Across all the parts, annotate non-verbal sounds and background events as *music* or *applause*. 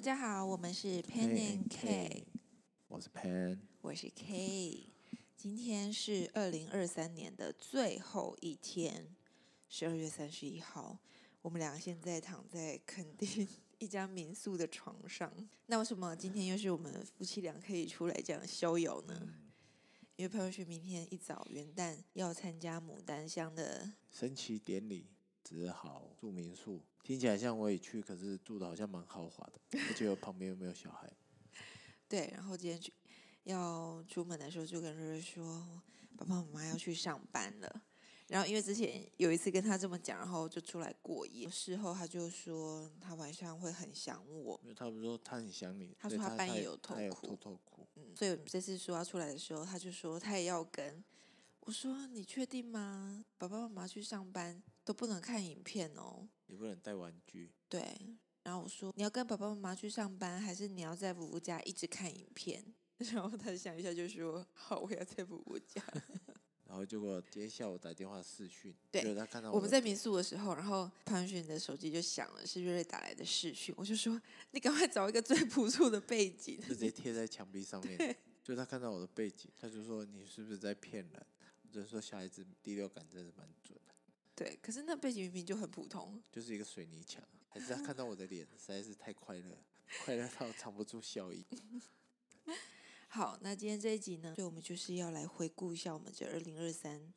家好，我们是 Pen and K，我是 Pen，我是 K。今天是二零二三年的最后一天，十二月三十一号。我们俩现在躺在垦丁一家民宿的床上。那为什么今天又是我们夫妻俩可以出来这样逍遥呢？因为朋友圈明天一早元旦要参加牡丹乡的，升旗典礼只好住民宿，听起来像我也去，可是住的好像蛮豪华 *laughs* 的，而且我旁边又没有小孩。对，然后今天去要出门的时候就跟瑞瑞说，爸爸妈妈要去上班了。然后因为之前有一次跟他这么讲，然后就出来过夜。事后他就说他晚上会很想我，因为他不是说他很想你，他对说他他半夜也有痛他有哭偷偷哭，嗯，所以我们这次说要出来的时候，他就说他也要跟。我说你确定吗？爸爸妈妈去上班都不能看影片哦。你不能带玩具，对，然后我说你要跟爸爸妈妈去上班，还是你要在五五家一直看影片？ *laughs* 然后他想一下就说：“好，我要在五五家。然后结果今天下午打电话视讯，对结果他看”到我们的在民宿的时候，然后潘雪的手机就响了，是瑞瑞打来的视讯。我就说：“你赶快找一个最朴素的背景。就直接贴在墙壁上面，就他看到我的背景，他就说你是不是在骗人？我只能说小孩子第六感真的蛮准的，”对，可是那背景明明就很普通。就是一个水泥墙，还是他看到我的脸实在是太快乐， *laughs* 快乐到藏不住笑意。好，那今天这一集呢，对我们就是要来回顾一下我们这二零二三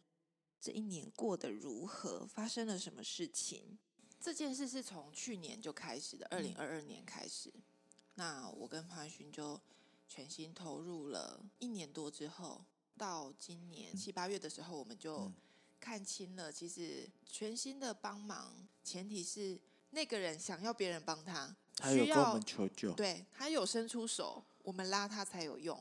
这一年过得如何，发生了什么事情。嗯这件事是从去年就开始的，二零二二年开始。那我跟潘勋就全心投入了一年多之后，到今年七八月的时候，我们就嗯看清了，其实全心的帮忙，前提是那个人想要别人帮他，他有需跟要我们求救，对他有伸出手，我们拉他才有用。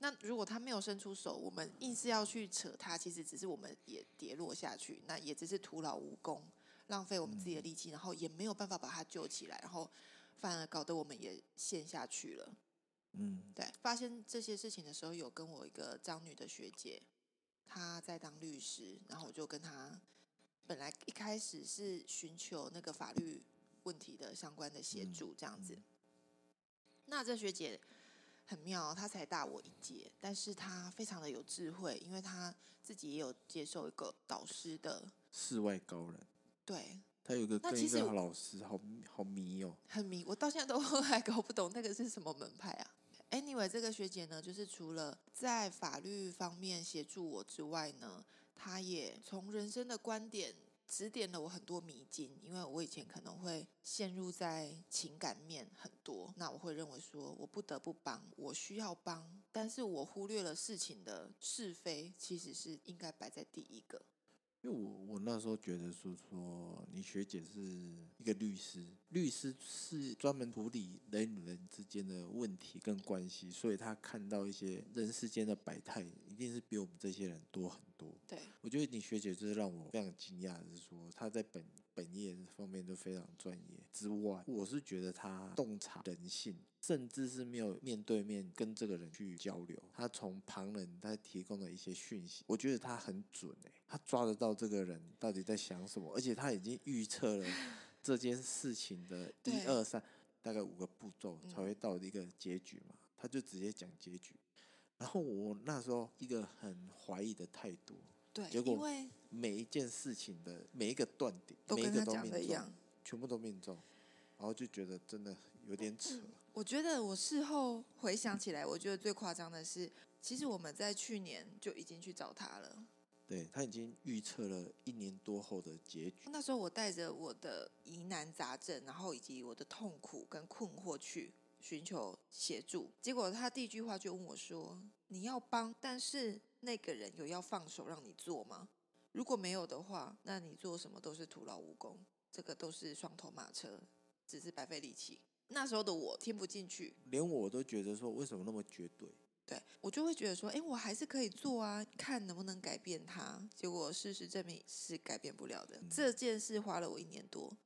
那如果他没有伸出手，我们硬是要去扯他，其实只是我们也跌落下去，那也只是徒劳无功，浪费我们自己的力气，然后也没有办法把他救起来，然后反而搞得我们也陷下去了。嗯，对，发现这些事情的时候，有跟我一个张女的学姐，她在当律师，然后我就跟她，本来一开始是寻求那个法律问题的相关的协嗯助，这样子。嗯那这学姐很妙，她才大我一届，但是她非常的有智慧，因为她自己也有接受一个导师的，世外高人，对，他有一个那跟其一实个我老师，好好迷哦，很迷，我到现在都 *laughs* 还搞不懂那个是什么门派啊。Anyway，这个学姐呢，就是除了在法律方面协助我之外呢，她也从人生的观点指点了我很多迷津，因为我以前可能会陷入在情感面很多，那我会认为说我不得不帮，我需要帮，但是我忽略了事情的是非，其实是应该摆在第一个。因为我我那时候觉得说说你学姐是一个律师，律师是专门处理人与人之间的问题跟关系，所以她看到一些人世间的百态，一定是比我们这些人多很多。对，我觉得你学姐就是让我非常惊讶，是说她在本本业方面都非常专业之外，我是觉得她洞察人性，甚至是没有面对面跟这个人去交流，她从旁人她提供的一些讯息，我觉得她很准诶、她抓得到这个人到底在想什么，而且她已经预测了这件事情的对一二三，大概五个步骤嗯才会到一个结局嘛，她就直接讲结局。然后我那时候一个很怀疑的态度，对，结果因为每一件事情的每一个断点，都每一跟个他都讲命的一中，样。全部都命中，然后就觉得真的有点扯。我觉得我事后回想起来，我觉得最夸张的是，其实我们在去年就已经去找他了。对他已经预测了一年多后的结局，那时候我带着我的疑难杂症，然后以及我的痛苦跟困惑去寻求协助。结果他第一句话就问我说：“你要帮，但是那个人有要放手让你做吗？如果没有的话，那你做什么都是徒劳无功，这个都是双头马车，只是白费力气。”那时候的我听不进去，连我都觉得说为什么那么绝对？对我就会觉得说，哎，我还是可以做啊，看能不能改变他。结果事实证明是改变不了的。嗯这件事花了我一年多，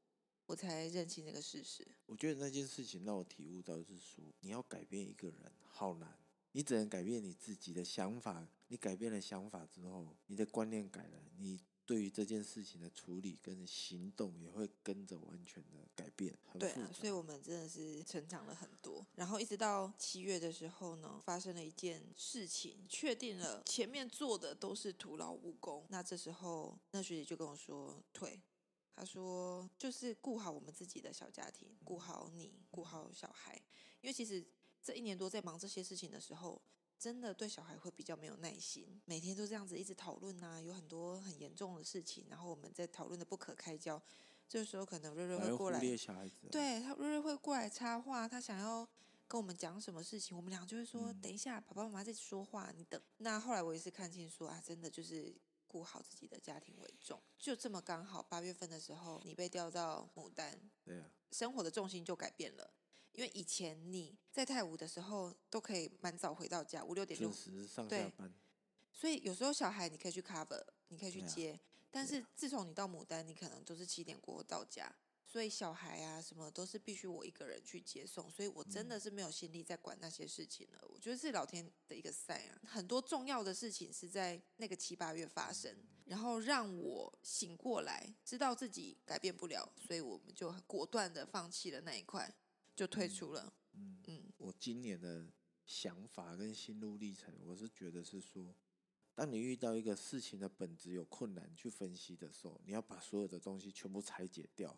我才认清这个事实。我觉得那件事情让我体悟到是说，你要改变一个人好难，你只能改变你自己的想法。你改变了想法之后，你的观念改了，你对于这件事情的处理跟行动也会跟着完全的改变，很对复啊杂，所以我们真的是成长了很多。然后一直到七月的时候呢，发生了一件事情，确定了前面做的都是徒劳无功。那这时候，那学姐就跟我说退。她说：“就是顾好我们自己的小家庭，顾好你，顾好小孩。因为其实这一年多在忙这些事情的时候，真的对小孩会比较没有耐心，每天都这样子一直讨论呐、有很多很严重的事情，然后我们在讨论的不可开交。这时候可能瑞瑞反会而过忽来，略小孩子啊。对他瑞瑞会过来插话，他想要跟我们讲什么事情，我们俩就会说、嗯等一下，爸爸妈妈在说话，你等。那后来我也是看清说啊，真的就是顾好自己的家庭为重，就这么刚好八月份的时候，你被调到牡丹，对啊，生活的重心就改变了。因为以前你在泰晤的时候都可以蛮早回到家，五六点就准时上对下班，所以有时候小孩你可以去 cover，你可以去对啊接，但对是自从你到牡丹，你可能都是七点过后到家，所以小孩啊什么都是必须我一个人去接送，所以我真嗯的是没有心力在管那些事情了。我觉得是老天的一个赛啊，很多重要的事情是在那个七八月发生，嗯然后让我醒过来，知道自己改变不了，所以我们就很果断的放弃了那一块，就退出了。嗯。嗯，我今年的想法跟心路历程，我是觉得是说，当你遇到一个事情的本质有困难去分析的时候，你要把所有的东西全部拆解掉，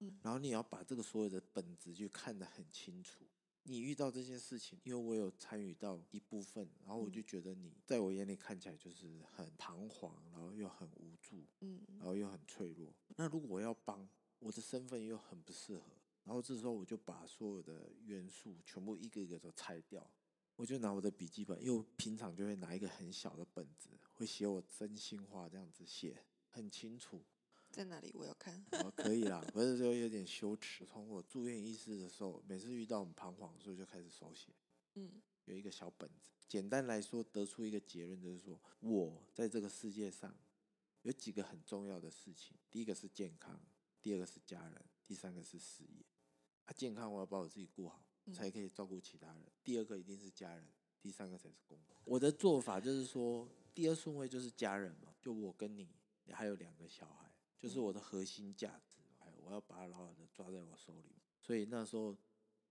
嗯然后你要把这个所有的本质去看得很清楚。你遇到这件事情，因为我有参与到一部分，然后我就嗯觉得你在我眼里看起来就是很彷徨，然后又很无助，嗯然后又很脆弱。那如果我要帮，我的身份又很不适合，然后这时候我就把所有的元素全部一个一个都拆掉。我就拿我的笔记本，因为我平常就会拿一个很小的本子，会写我真心话这样子写，很清楚。在哪里我要看，哦，可以啦， *laughs* 不是说有点羞耻。从我住院医师的时候，每次遇到很彷徨的时候，就开始手写。嗯有一个小本子。简单来说，得出一个结论就是说，我在这个世界上有几个很重要的事情，第一个是健康，第二个是家人，第三个是事业。啊，健康我要把我自己顾好，嗯才可以照顾其他人。第二个一定是家人，第三个才是工作。我的做法就是说，第二顺位就是家人嘛，就我跟你，还有两个小孩，就是嗯我的核心价值。哎，我要把它牢牢的抓在我手里。所以那时候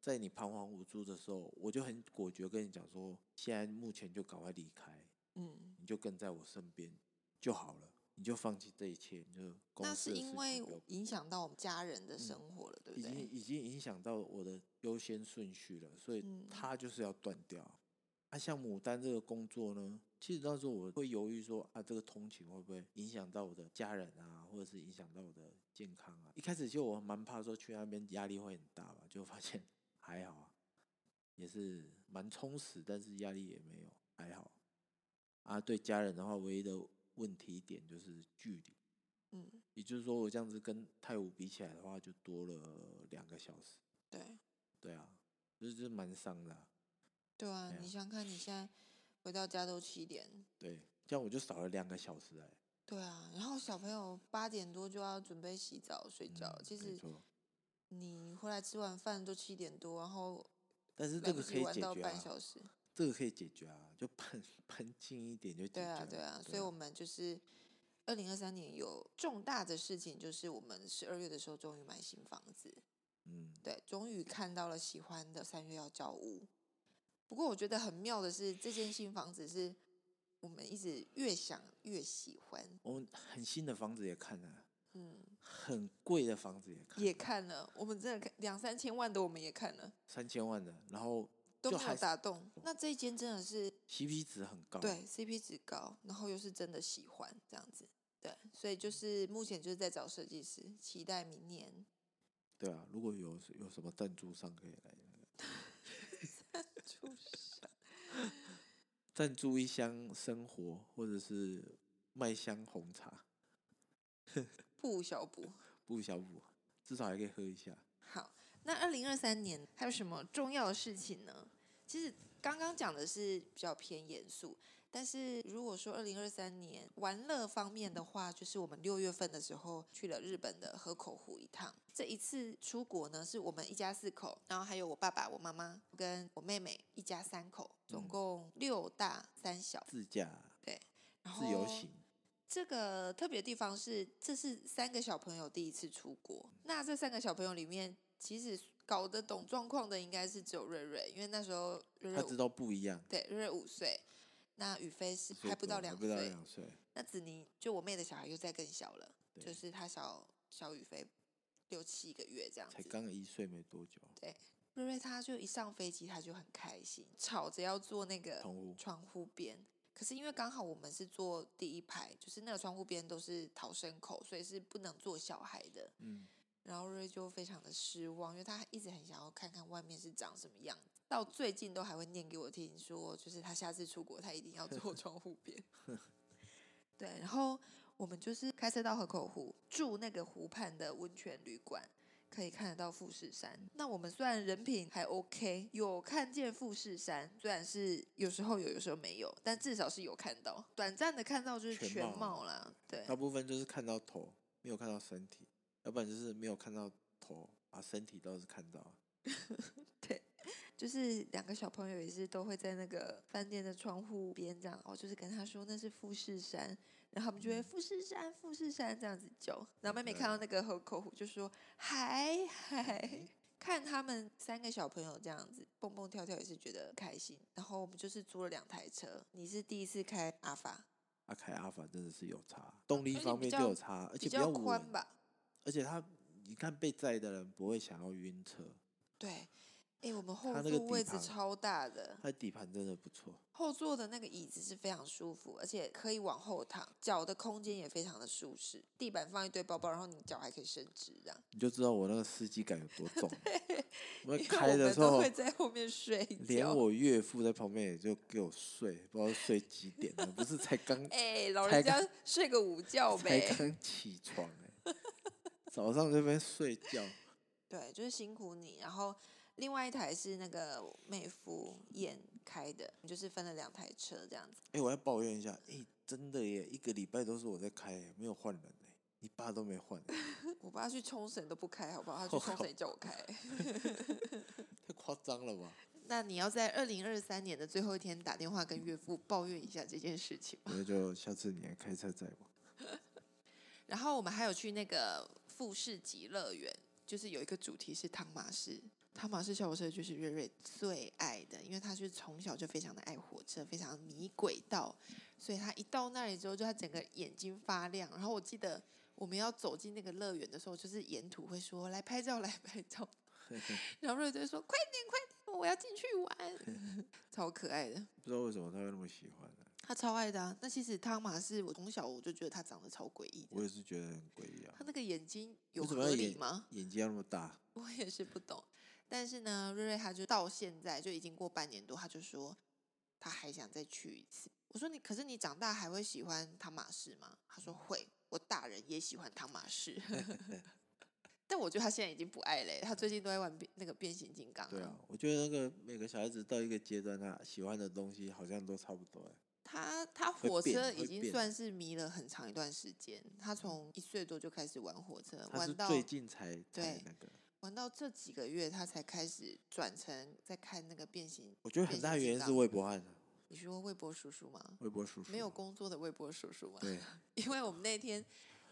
在你彷徨无助的时候，我就很果决跟你讲说，现在目前就赶快离开，嗯。你就跟在我身边就好了，你就放弃这一切，你就公那司是的因事为情不要影响到我们家人的嗯生活了，对不已经对？已经影响到我的优先顺序了，所以嗯它就是要断掉。啊，像牡丹这个工作呢，其实那时候我会犹豫说啊，这个通勤会不会影响到我的家人啊，或者是影响到我的健康啊？一开始就我蛮怕说去那边压力会很大吧，就发现还好啊，也是蛮充实，但是压力也没有，还好。啊，对家人的话，唯一的问题点就是距离。嗯，也就是说，我这样子跟泰晤比起来的话，就多了两个小时。对，对啊，就是就是蛮伤的啊、对啊，对啊你想想看，你现在回到家都七点，对，这样我就少了两个小时哎、对啊，然后小朋友八点多就要准备洗澡睡觉，嗯啊其没实错，你回来吃完饭都七点多，然后但是来这不个可及以玩解到决半啊，小时，这个可以解决啊，就搬搬近一点就解决对啊，了。对啊，所以我们就是。二零二三年有重大的事情，就是我们十二月的时候终于买新房子，嗯，对，终于看到了喜欢的，三月要交屋。不过我觉得很妙的是，这间新房子是我们一直越想越喜欢，我们很新的房子也看了、啊嗯，很贵的房子也看了，也看了，我们真的看两三千万的我们也看了，三千万的，然后都就没有还是嗯打动。那这一间真的是 CP 值很高。对 CP 值高，然后又是真的喜欢这样子，对，所以就是目前就是在找设计师，期待明年对啊，如果有有什么赞助商可以来出手。赞助一箱生活，或者是麦香红茶。不小补。不小补，至少还可以喝一下。好，那二零二三年还有什么重要的事情呢？其实刚刚讲的是比较偏严肃，但是如果说二零二三年玩乐方面的话，就是我们六月份的时候去了日本的河口湖一趟。这一次出国呢，是我们一家四口，然后还有我爸爸、我妈妈跟我妹妹，一家三口，总嗯共六大三小。自驾然后自由行，这个特别的地方是，这是三个小朋友第一次出国。那这三个小朋友里面，其实搞得懂状况的应该是只有瑞瑞，因为那时候瑞他瑞知五道不一样，对瑞瑞五岁，那雨菲是还不到两不到岁，两岁，那子宁就我妹的小孩又再更小了，就对是她小小雨菲六七个月这样才子。刚一岁没多久，瑞瑞他就一上飞机他就很开心，吵着要坐那个窗户窗户边。可是因为刚好我们是坐第一排，就是那个窗户边都是逃生口，所以是不能坐小孩的。嗯，然后瑞瑞就非常的失望，因为他一直很想要看看外面是长什么样子。到最近都还会念给我听，说就是他下次出国，他一定要坐 *laughs* 窗户边。对，然后我们就是开车到河口湖，住那个湖畔的温泉旅馆，可以看得到富士山。那我们虽然人品还 OK，有看见富士山，虽然是有时候有，有时候没有，但至少是有看到，短暂的看到就是全全貌貌啦。对，大部分就是看到头，没有看到身体，要不然就是没有看到头，啊，身体倒是看到，就是两个小朋友也是都会在那个饭店的窗户边这样，哦，就是跟他说那是富士山，然后他们就会嗯富士山、富士山这样子叫，然后妹妹看到那个河口湖就说海嗯海，看他们三个小朋友这样子蹦蹦跳跳也是觉得很开心，然后我们就是租了两台车，你是第一次开阿法，阿啊凯阿法真的是有差，动力而且方比面就较有差，而比且比较较稳宽，吧，而且他你看被载的人不会想要晕车，对。哎、我们后它那个座底位置盘超大的，他的底盘真的不错，后座的那个椅子是非常舒服，而且可以往后躺，脚的空间也非常的舒适。地板放一堆包包，然后你脚还可以伸直，这样。你就知道我那个司机感有多重了。我因为在开我的们时都候会，在后面睡连觉。我岳父在旁边也就给我睡，不知道睡几点了，不是才刚 *laughs* 哎、老才人家睡个午觉才呗。刚起床哎、早上这边睡觉，对，就是辛苦你。然后另外一台是那个妹夫燕开的，就是分了两台车这样子。哎、我要抱怨一下，哎、真的耶，一个礼拜都是我在开耶，没有换人哎，你爸都没换耶，我爸去冲绳都不开，好不好？他去冲绳也叫 *laughs* 我开。太夸张了吧？ *laughs* 那你要在二零二三年的最后一天打电话跟岳父抱怨一下这件事情。那就下次你来开车载我。 *laughs* 然后我们还有去那个富士极乐园，就是有一个主题是汤马士，汤马士小火车就是瑞瑞最爱的，因为他是从小就非常的爱火车，非常迷轨道，所以他一到那里之后，就他整个眼睛发亮。然后我记得我们要走进那个乐园的时候，就是沿途会说来拍照，来拍照， *laughs* 然后瑞瑞就说快点快点，我要进去玩， *laughs* 超可爱的。不知道为什么他会那么喜欢、啊，他超爱的、啊，那其实汤马士，我从小我就觉得他长得超诡异的，我也是觉得很诡异啊他，那个眼睛有为什么要合理演吗？眼睛要那么大， *laughs* 我也是不懂。但是呢，瑞瑞他就到现在就已经过半年多，他就说他还想再去一次。我说你，可是你长大还会喜欢汤马士吗？他说会，我大人也喜欢汤马士。 *laughs* 但我觉得他现在已经不爱嘞、他最近都在玩变那个变形金刚、对啊，，我觉得那个每个小孩子到一个阶段，他喜欢的东西好像都差不多哎、他他会火变车会已经变算是迷了很长一段时间。他从一岁多就开始玩火车，他是呃玩到最近才才对那个，玩到这几个月，他才开始转成在看那个变形。我觉得变很形大金原因是刚魏博汉啊，你说魏博叔叔吗？魏博叔 *laughs* 叔没有啊工作的微博叔叔嘛，对， *laughs* 因为我们那天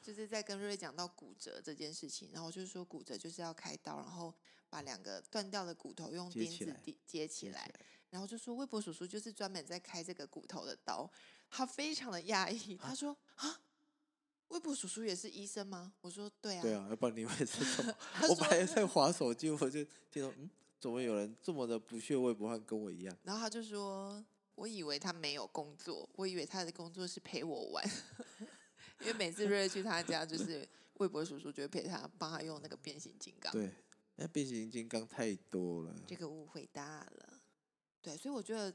就是在跟瑞瑞讲到骨折这件事情，然后就是说骨折就是要开刀，然后把两个断掉的骨头用接钉起子来钉接起来，然后就说微博叔叔就是专门在开这个骨头的刀，他非常的讶异，他说啊，微博叔叔也是医生吗？我说对啊，对啊，要不然你会是什么？他我说本来在划手机，我就听到嗯，怎么有人这么的不屑魏博汉跟我一样？然后他就说：“我以为他没有工作，我以为他的工作是陪我玩， *laughs* 因为每次瑞瑞去他家，就是魏博叔叔就会陪他帮他用那个变形金刚。对，那变形金刚太多了，这个误会大了。对，所以我觉得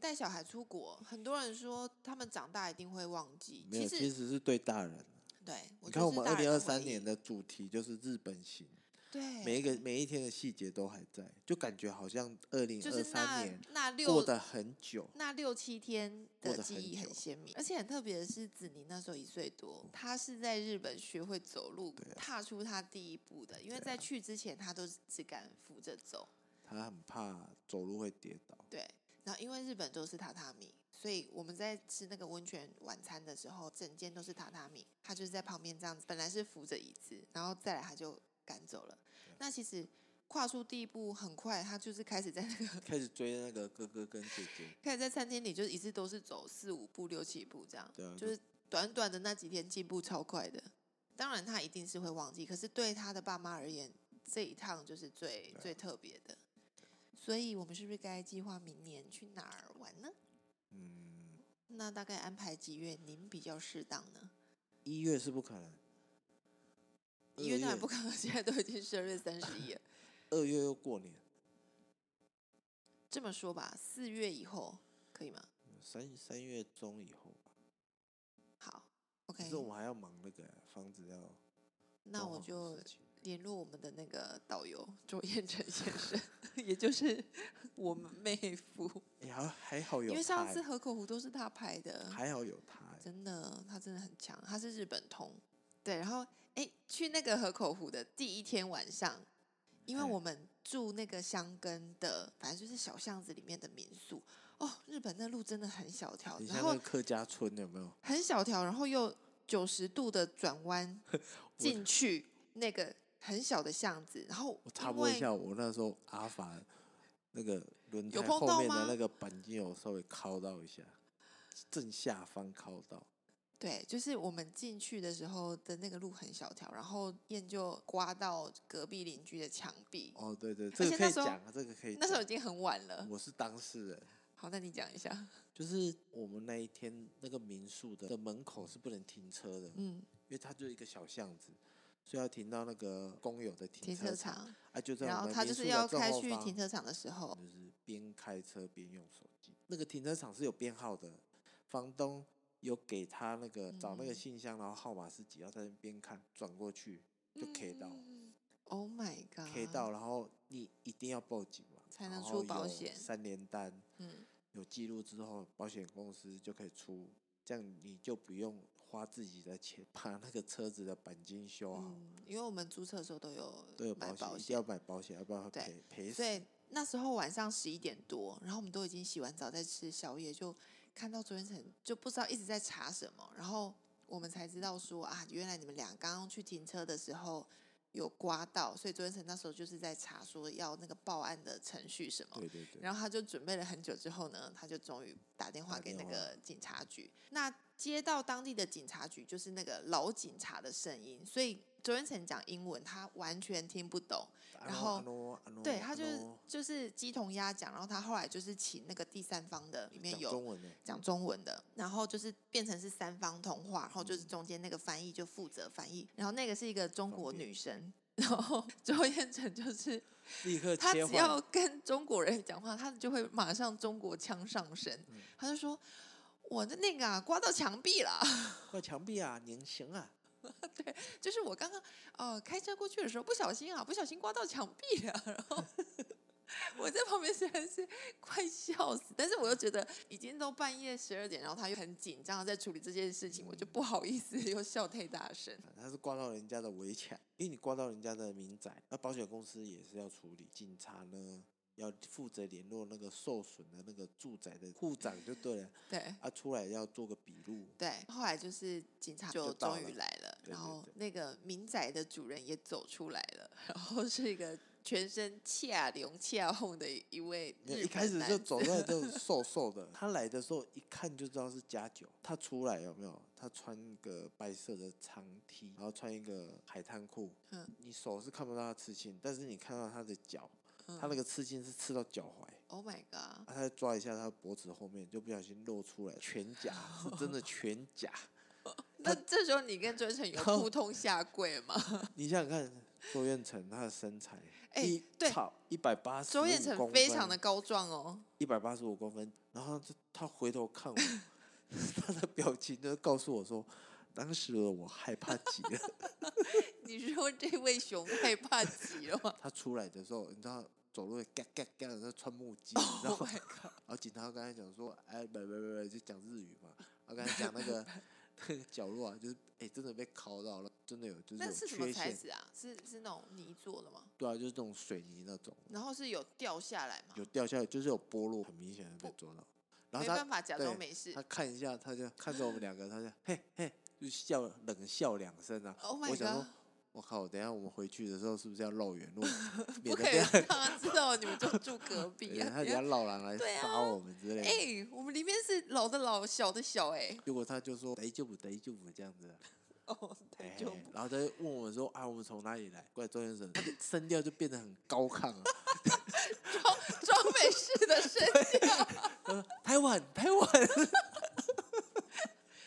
带小孩出国，很多人说他们长大一定会忘记，没其有，其实实是对大人。对，我觉你看得我是们大二人零二的三回年忆的主题就是日本行，对每一个每一天的细节都还在，就感觉好像二零就二是三那年那六过得很久。那六七天过的得记很忆很久鲜明，而且很特别的是，子宁那时候一岁多，他是在日本学会走路，对啊踏出他第一步的。因为对在啊去之前，他都只敢扶着走。 *laughs* 他很怕走路会跌倒，对，然后因为日本都是榻榻米，所以我们在吃那个温泉晚餐的时候，整间都是榻榻米。他就是在旁边这样子，本来是扶着椅子，然后再来他就赶走了。啊那其实跨出第一步很快，他就是开始在那个 *laughs* 开始追那个哥哥跟姐姐，开始在餐厅里，就是一次都是走四五步、六七步这样，对啊就就是短短的那几天进步超快的。当然他一定是会忘记，可是对他的爸妈而言，这一趟就是最、啊最特别的。所以我们是不是该计划明年去哪儿玩呢？嗯，那大概安排几月您比较适当呢？一月是不可能，二一月当然月不可能，现在都已经十二月三十一了。二月又过年，这么说吧，四月以后可以吗？三三月中以后吧。好可，OK 是。我们还要忙那个房子要那装我潢的就事情联络我们的那个导游周彦成先生， *laughs* 也就是我们妹夫，哎好还好因有他欸，为上次河口湖都是他拍的，还好有他欸，真的，他真的很强，他是日本通。对，然后哎，去那个河口湖的第一天晚上，因为嘿我们住那个香根的，反正就是小巷子里面的民宿。哦，日本那路真的很小条，你像然那后个客家村有没有？很小条，然后又九十度的转 *laughs* 弯进去那个很小的巷子，然后我插因播一为下，我那时候阿法那个轮有胎碰后到面的吗那个钣金有稍微敲到一下，正下方敲到，对，就是我们进去的时候的那个路很小条，然后燕就刮到隔壁邻居的墙壁。哦，对对，而这且个可那以时候讲啊，这个可以讲。那时候已经很晚了。我是当事人，好，那你讲一下。就是我们那一天那个民宿的的门口是不能停车的，因嗯，为它就一个小巷子，所以要停到那个公有的停停车场场，啊，就在然我后们他民就宿是的要正开后去方停车场的时候，就是边开车边用手机。那个停车场是有编号的，房东有给他那个找那个嗯信箱，然后号码是几，要在那边看，转过去就 K 到、嗯 Oh my god！ K 到，然后你一定要报警嘛，才然能出后保有险三联单嗯，有记录之后，保险公司就可以出，这样你就不用花自己的钱把那个车子的钣金修好。嗯，因为我们租车的时候都有都有买保保险，一定要买保险，要不然会对赔赔死所。以那时候晚上十一点多，然后我们都已经洗完澡在吃宵夜，就看到周元成就不知道一直在查什么，然后我们才知道说啊，原来你们俩刚刚去停车的时候有刮到，所以周元成那时候就是在查说要那个报案的程序什么对。对对，然后他就准备了很久之后呢，他就终于打电话打给那电个警察局。那接到当地的警察局，就是那个老警察的声音，所以周元成讲英文，他完全听不懂。然后嗯对他就是就是鸡同鸭讲，然后他后来就是请那个第三方的，里面讲有中文的，讲中文的，然后就是变成是三方通话，然后就是嗯中间那个翻译就负责翻译，然后那个是一个中方国便女生，然后 *laughs* 周彦成就是立刻他切只换要跟中国人讲话，他就会马上中国腔上身，嗯他就说我的那个啊刮到墙壁了。快墙壁啊，您行啊，就是我刚刚呃开车过去的时候不小心啊，不小心刮到墙壁了，然 *laughs* 后我在旁边虽然是 *laughs* 快笑死，但是我又觉得已经都半夜十二点，然后他又很紧张地在处理这件事情，我就不好意思 *laughs* 又笑太大声。他是挂到人家的围墙，因为你挂到人家的民宅，那保险公司也是要处理，警察呢要负责联络那个受损的那个住宅的户长就对了，对啊，出来要做个笔录，对，后来就是警察就就到终于了来了，对然对后对那个民宅的主人也走出来了，然后是一个全身恰 *laughs* 龙恰红的一位没有日一开本始男就子走出 *laughs* 来就瘦瘦的，他来的时候一看就知道是假酒，他出来有没有？他穿一个白色的长 T，然后穿一个海滩裤，嗯你手是看不到他刺青，但是你看到他的脚，他嗯那个刺青是刺到脚踝。 ，Oh my god！啊，他就抓一下他的脖子后面，就不小心露出来全 *laughs* 甲，是真的全甲。那这时候你跟周成有然后扑通下跪 *laughs* 吗？ *laughs* 你想想看，周彦成他的身材，哎一对草一百八十，周彦成非常的高壮哦，一百八十五公分，然后就他回头看我， *laughs* 他的表情就告诉我说，当时的我害怕极了。 *laughs* 你说这位熊害怕极了吗他出来的时候，你知道走路会嘎嘎嘎的，那穿木屐，你知道？Oh *laughs* 吗？ my god！然后警察刚才讲说，哎，不不不，不就讲日语嘛。我刚才讲那个 *laughs* 那个 *laughs* 角落啊，就是哎、真的被烤到了，真的有就是那有是什么缺材陷，质啊？是是那种泥做的吗？对啊，就是这种水泥那种，然后是有掉下来吗？有掉下来，就是有剥落，很明显的被抓到。然没后他办法假装对没事他。看一下，他就看着我们两个，他就嘿嘿，就笑冷笑两声啊。 *laughs* Oh 我 my 想说 god！，我靠，等一下我们回去的时候是不是要绕远路，*laughs* 不免得可以这让他样，知道你们就住 *laughs* 隔壁免得啊！他不等下要绕狼来对杀啊我们之类的。哎，我们里面是老的老，小的小，哎，结果他就说逮就不逮就不这样子，哦，哎对，就不然后他就问我们说啊，我们从哪里来？过来周先生， *laughs* 他的声调就变得很高亢啊，装 *laughs* 装没事的声音，他说台湾台湾，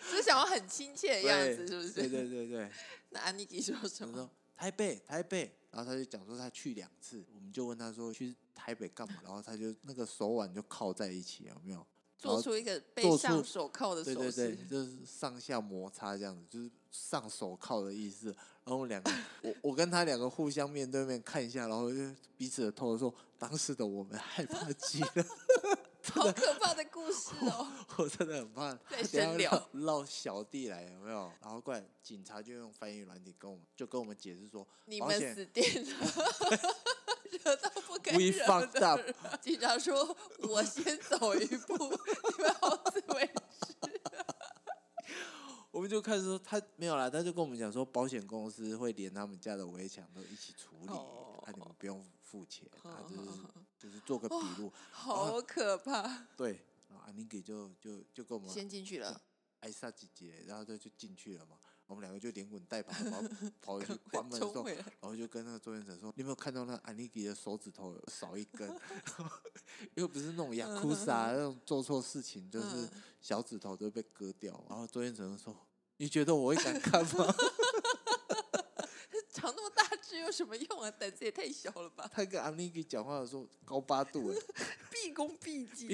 就是想要很亲切的样对子，是不是？对对对对，那安妮给说什他么说？台北，台北，然后他就讲说他去两次，我们就问他说去台北干嘛，然后他就那个手腕就靠在一起，有没有？然做后出一个被做上出手铐的对手对势 *laughs* 对，，就是上下摩擦这样子，就是上手铐的意思。然后我们两个，我我跟他两个互相面对面看一下，然后就彼此的透露说，当时的我们害怕极了，好可怕的故事 *laughs* 哦！我真的很怕在深等一下聊绕 *laughs* 绕小弟来，有没有？然后过来警察就用翻译软体跟我们就跟我们解释说，你保们险死定了， *laughs* 惹到不该 We 惹 fucked 的 up 人。警察 *laughs* 说：“我先走一步， *laughs* 你们好自为之。我们就开始说他没有啦，他就跟我们讲说，保险公司会连他们家的围墙都一起处理，哦啊，你们不用付钱，啊，就是好好好就是做个笔录，”好可怕！对，然后阿宁给就就就跟我们先进去了，挨杀几节，然后就就进去了嘛，我们两个就连滚带跑地跑跑回 *laughs* 去赶快关门的冲时候，回来。然后就跟那个周先生说：“你有没有看到那安妮给的手指头有少一 *laughs* 根？又不是那种雅库莎那种做错事情，就是嗯小指头都被割掉。”然后周先生说：“你觉得我会敢看 *laughs* 吗？长那么大只有什么用啊？胆子也太小了吧！ *laughs* 他跟安妮给讲话的时候高八度哎、 *laughs* 毕恭毕敬，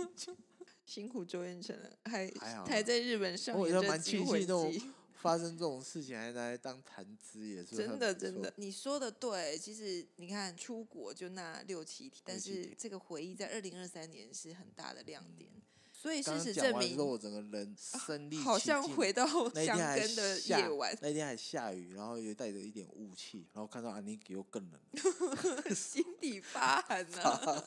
*laughs* 辛苦周彦成了，还还好还啦在日本上我演觉得这蛮惊庆魂幸这种记。发生这种事情还拿来当谈资，也是真很的不真错的，，你说的对。其实你看出国就那六七天，嗯但六七是天这个回忆在二零二三年是很大的亮点。所以刚事实刚讲证完之后，明，啊我整个人身临好其像境回到那一香天还根的下夜 *laughs* 晚，那一天还下雨，然后又带着一点雾气，然后看到安妮给又更冷。心底发寒呢、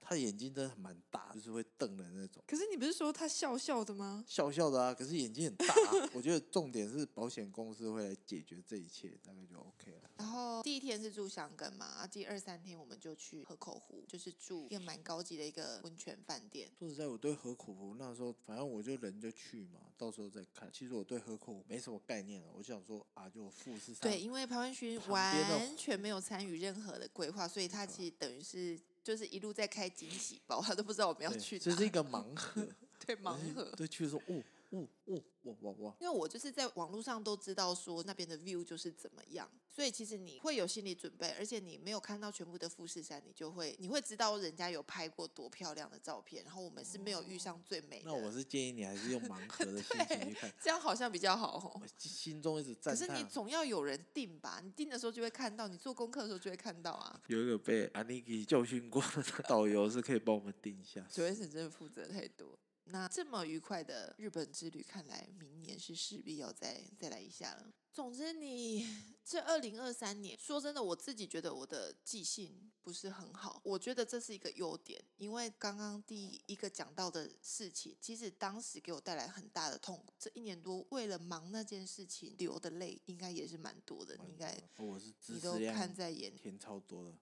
他眼睛真的蛮大，就是会瞪的那种，可是你不是说他笑笑的吗？笑笑的啊，可是眼睛很大啊、我觉得重点是保险公司会来解决这一切，大概就 OK 了。然后第一天是住香根嘛，啊，第二三天我们就去河口湖，就是住一个蛮高级的一个温泉饭店。说实在，我对河口湖那时候，反正我就人就去嘛，到时候再看。其实我对河口湖没什么概念了，我就想说啊，就富士山对，因为潘文勋旁边的完全没有参与任何的规划，所以他其实等于是就是一路在开惊喜包，他都不知道我们要对去这哪，是一个盲盒，对 *laughs* 盲我就盒。对，去的时候，哦哦哦，哇哇哇，因为我就是在网络上都知道说那边的 view 就是怎么样，所以其实你会有心理准备，而且你没有看到全部的富士山，你就会你会知道人家有拍过多漂亮的照片，然后我们是没有遇上最美的。那我是建议你还是用盲盒的心情去看。这样好像比较好哦我。心心中一直赞可是你叹，总要有人订吧？你订的时候就会看到，你做功课的时候就会看到啊。有一个被安妮给教训过的导游是可以帮我们定一下。九月省真的负责太多。那这么愉快的日本之旅，看来明年是势必要再再来一下了。总之你，这二零二三年，说真的，我自己觉得我的记性不是很好，我觉得这是一个优点，因为刚刚第一个讲到的事情，其实当时给我带来很大的痛苦。这一年多，为了忙那件事情流的泪，应该也是蛮多的， *laughs* 你应该哦我是知你识都量看在眼里。填超多的，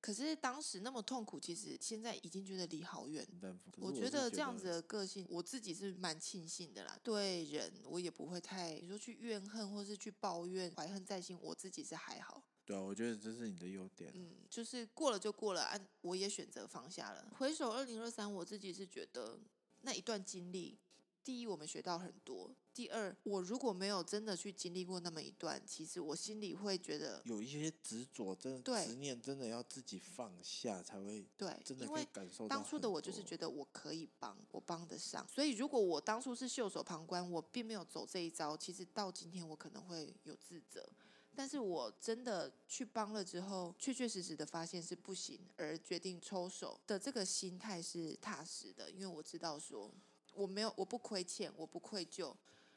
可是当时那么痛苦，其实现在已经觉得离好远很单薄可是我我觉是得这样子，的个性，我自己是蛮庆幸的啦。对人，我也不会太你说去怨恨或是去抱怨、怀恨在心，我自己是还好。对啊，我觉得这是你的优点。啊嗯，就是过了就过了，按、我也选择放下了。回首二零二三，我自己是觉得那一段经历，第一我们学到很多，第二我如果没有真的去经历过那么一段，其实我心里会觉得有一些执着，真的对执念，真的要自己放下才会对真，的因可以为感受到很多。当初的我就是觉得我可以帮，我帮得上。所以如果我当初是袖手旁观，我并没有走这一招，其实到今天我可能会有自责。但是我真的去帮了之后，确确实实的发现是不行，而决定抽手的这个心态是踏实的，因为我知道说我没有，我不亏欠，我不愧疚，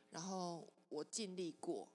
然后我尽力过，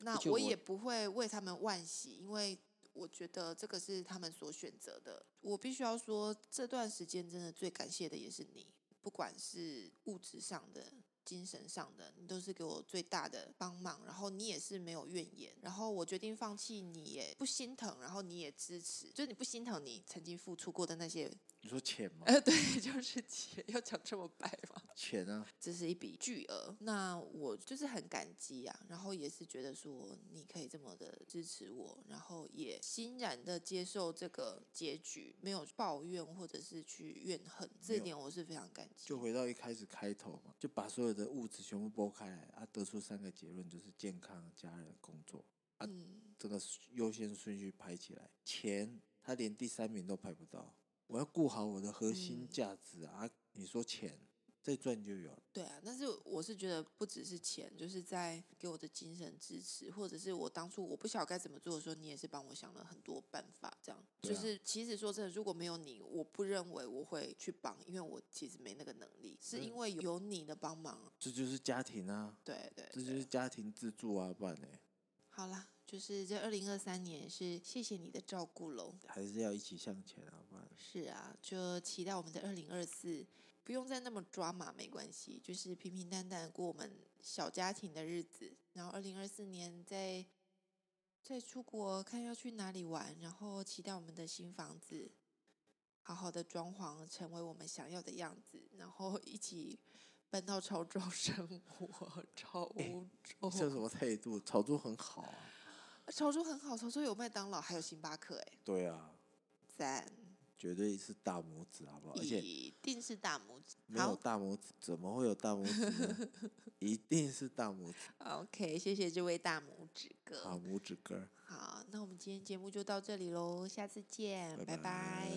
那而且我我也不会为他们惋惜，因为我觉得这个是他们所选择的。我必须要说，这段时间真的最感谢的也是你，不管是物质上的。精神上的，你都是给我最大的帮忙，然后你也是没有怨言，然后我决定放弃，你也不心疼，然后你也支持，就是你不心疼你曾经付出过的那些， *laughs* 你说钱吗？呃，对，就是钱，要讲这么白吗？钱啊，这是一笔巨额，那我就是很感激啊，然后也是觉得说你可以这么的支持我，然后也欣然的接受这个结局，没有抱怨或者是去怨恨，这一没有点我是非常感激。就回到一开始开头嘛，就把所有的物质全部剥开来，啊，得出三个结论，就是健康、家人、工作，啊嗯，这个优先顺序排起来，钱他连第三名都排不到。我要顾好我的核心嗯价值啊！啊你说钱再赚就有了，对啊，但是我是觉得不只是钱，就是在给我的精神支持，或者是我当初我不晓得该怎么做的时候，你也是帮我想了很多办法，这样。就对啊是其实说真的，如果没有你，我不认为我会去帮，因为我其实没那个能力，是嗯因为有你的帮忙。这就是家庭啊，对对，这就对是家庭自助啊，不然呢，好啦，就是这二零二三年是谢谢你的照顾喽。还是要一起向前啊，不然是啊，就期待我们的二零二四不用再那么抓马，没关系，就是平平淡淡地过我们小家庭的日子。然后二零二四年再再出国看要去哪里玩，然后期待我们的新房子好好的装潢，成为我们想要的样子，然后一起搬到潮州 *laughs* 生活，潮哎州。这什么态度？炒作很好啊，潮州很好，潮州有麦当劳，还有星巴克、哎，对啊，赞，绝对是大拇指，好不哦好？而且一定是大拇指。没有好大拇指，怎么会有大拇指呢？ *laughs* 一定是大拇指， ，OK，谢谢这位大拇指哥。好拇指根儿。好那我们今天节目就到这里喽，下次见，拜拜拜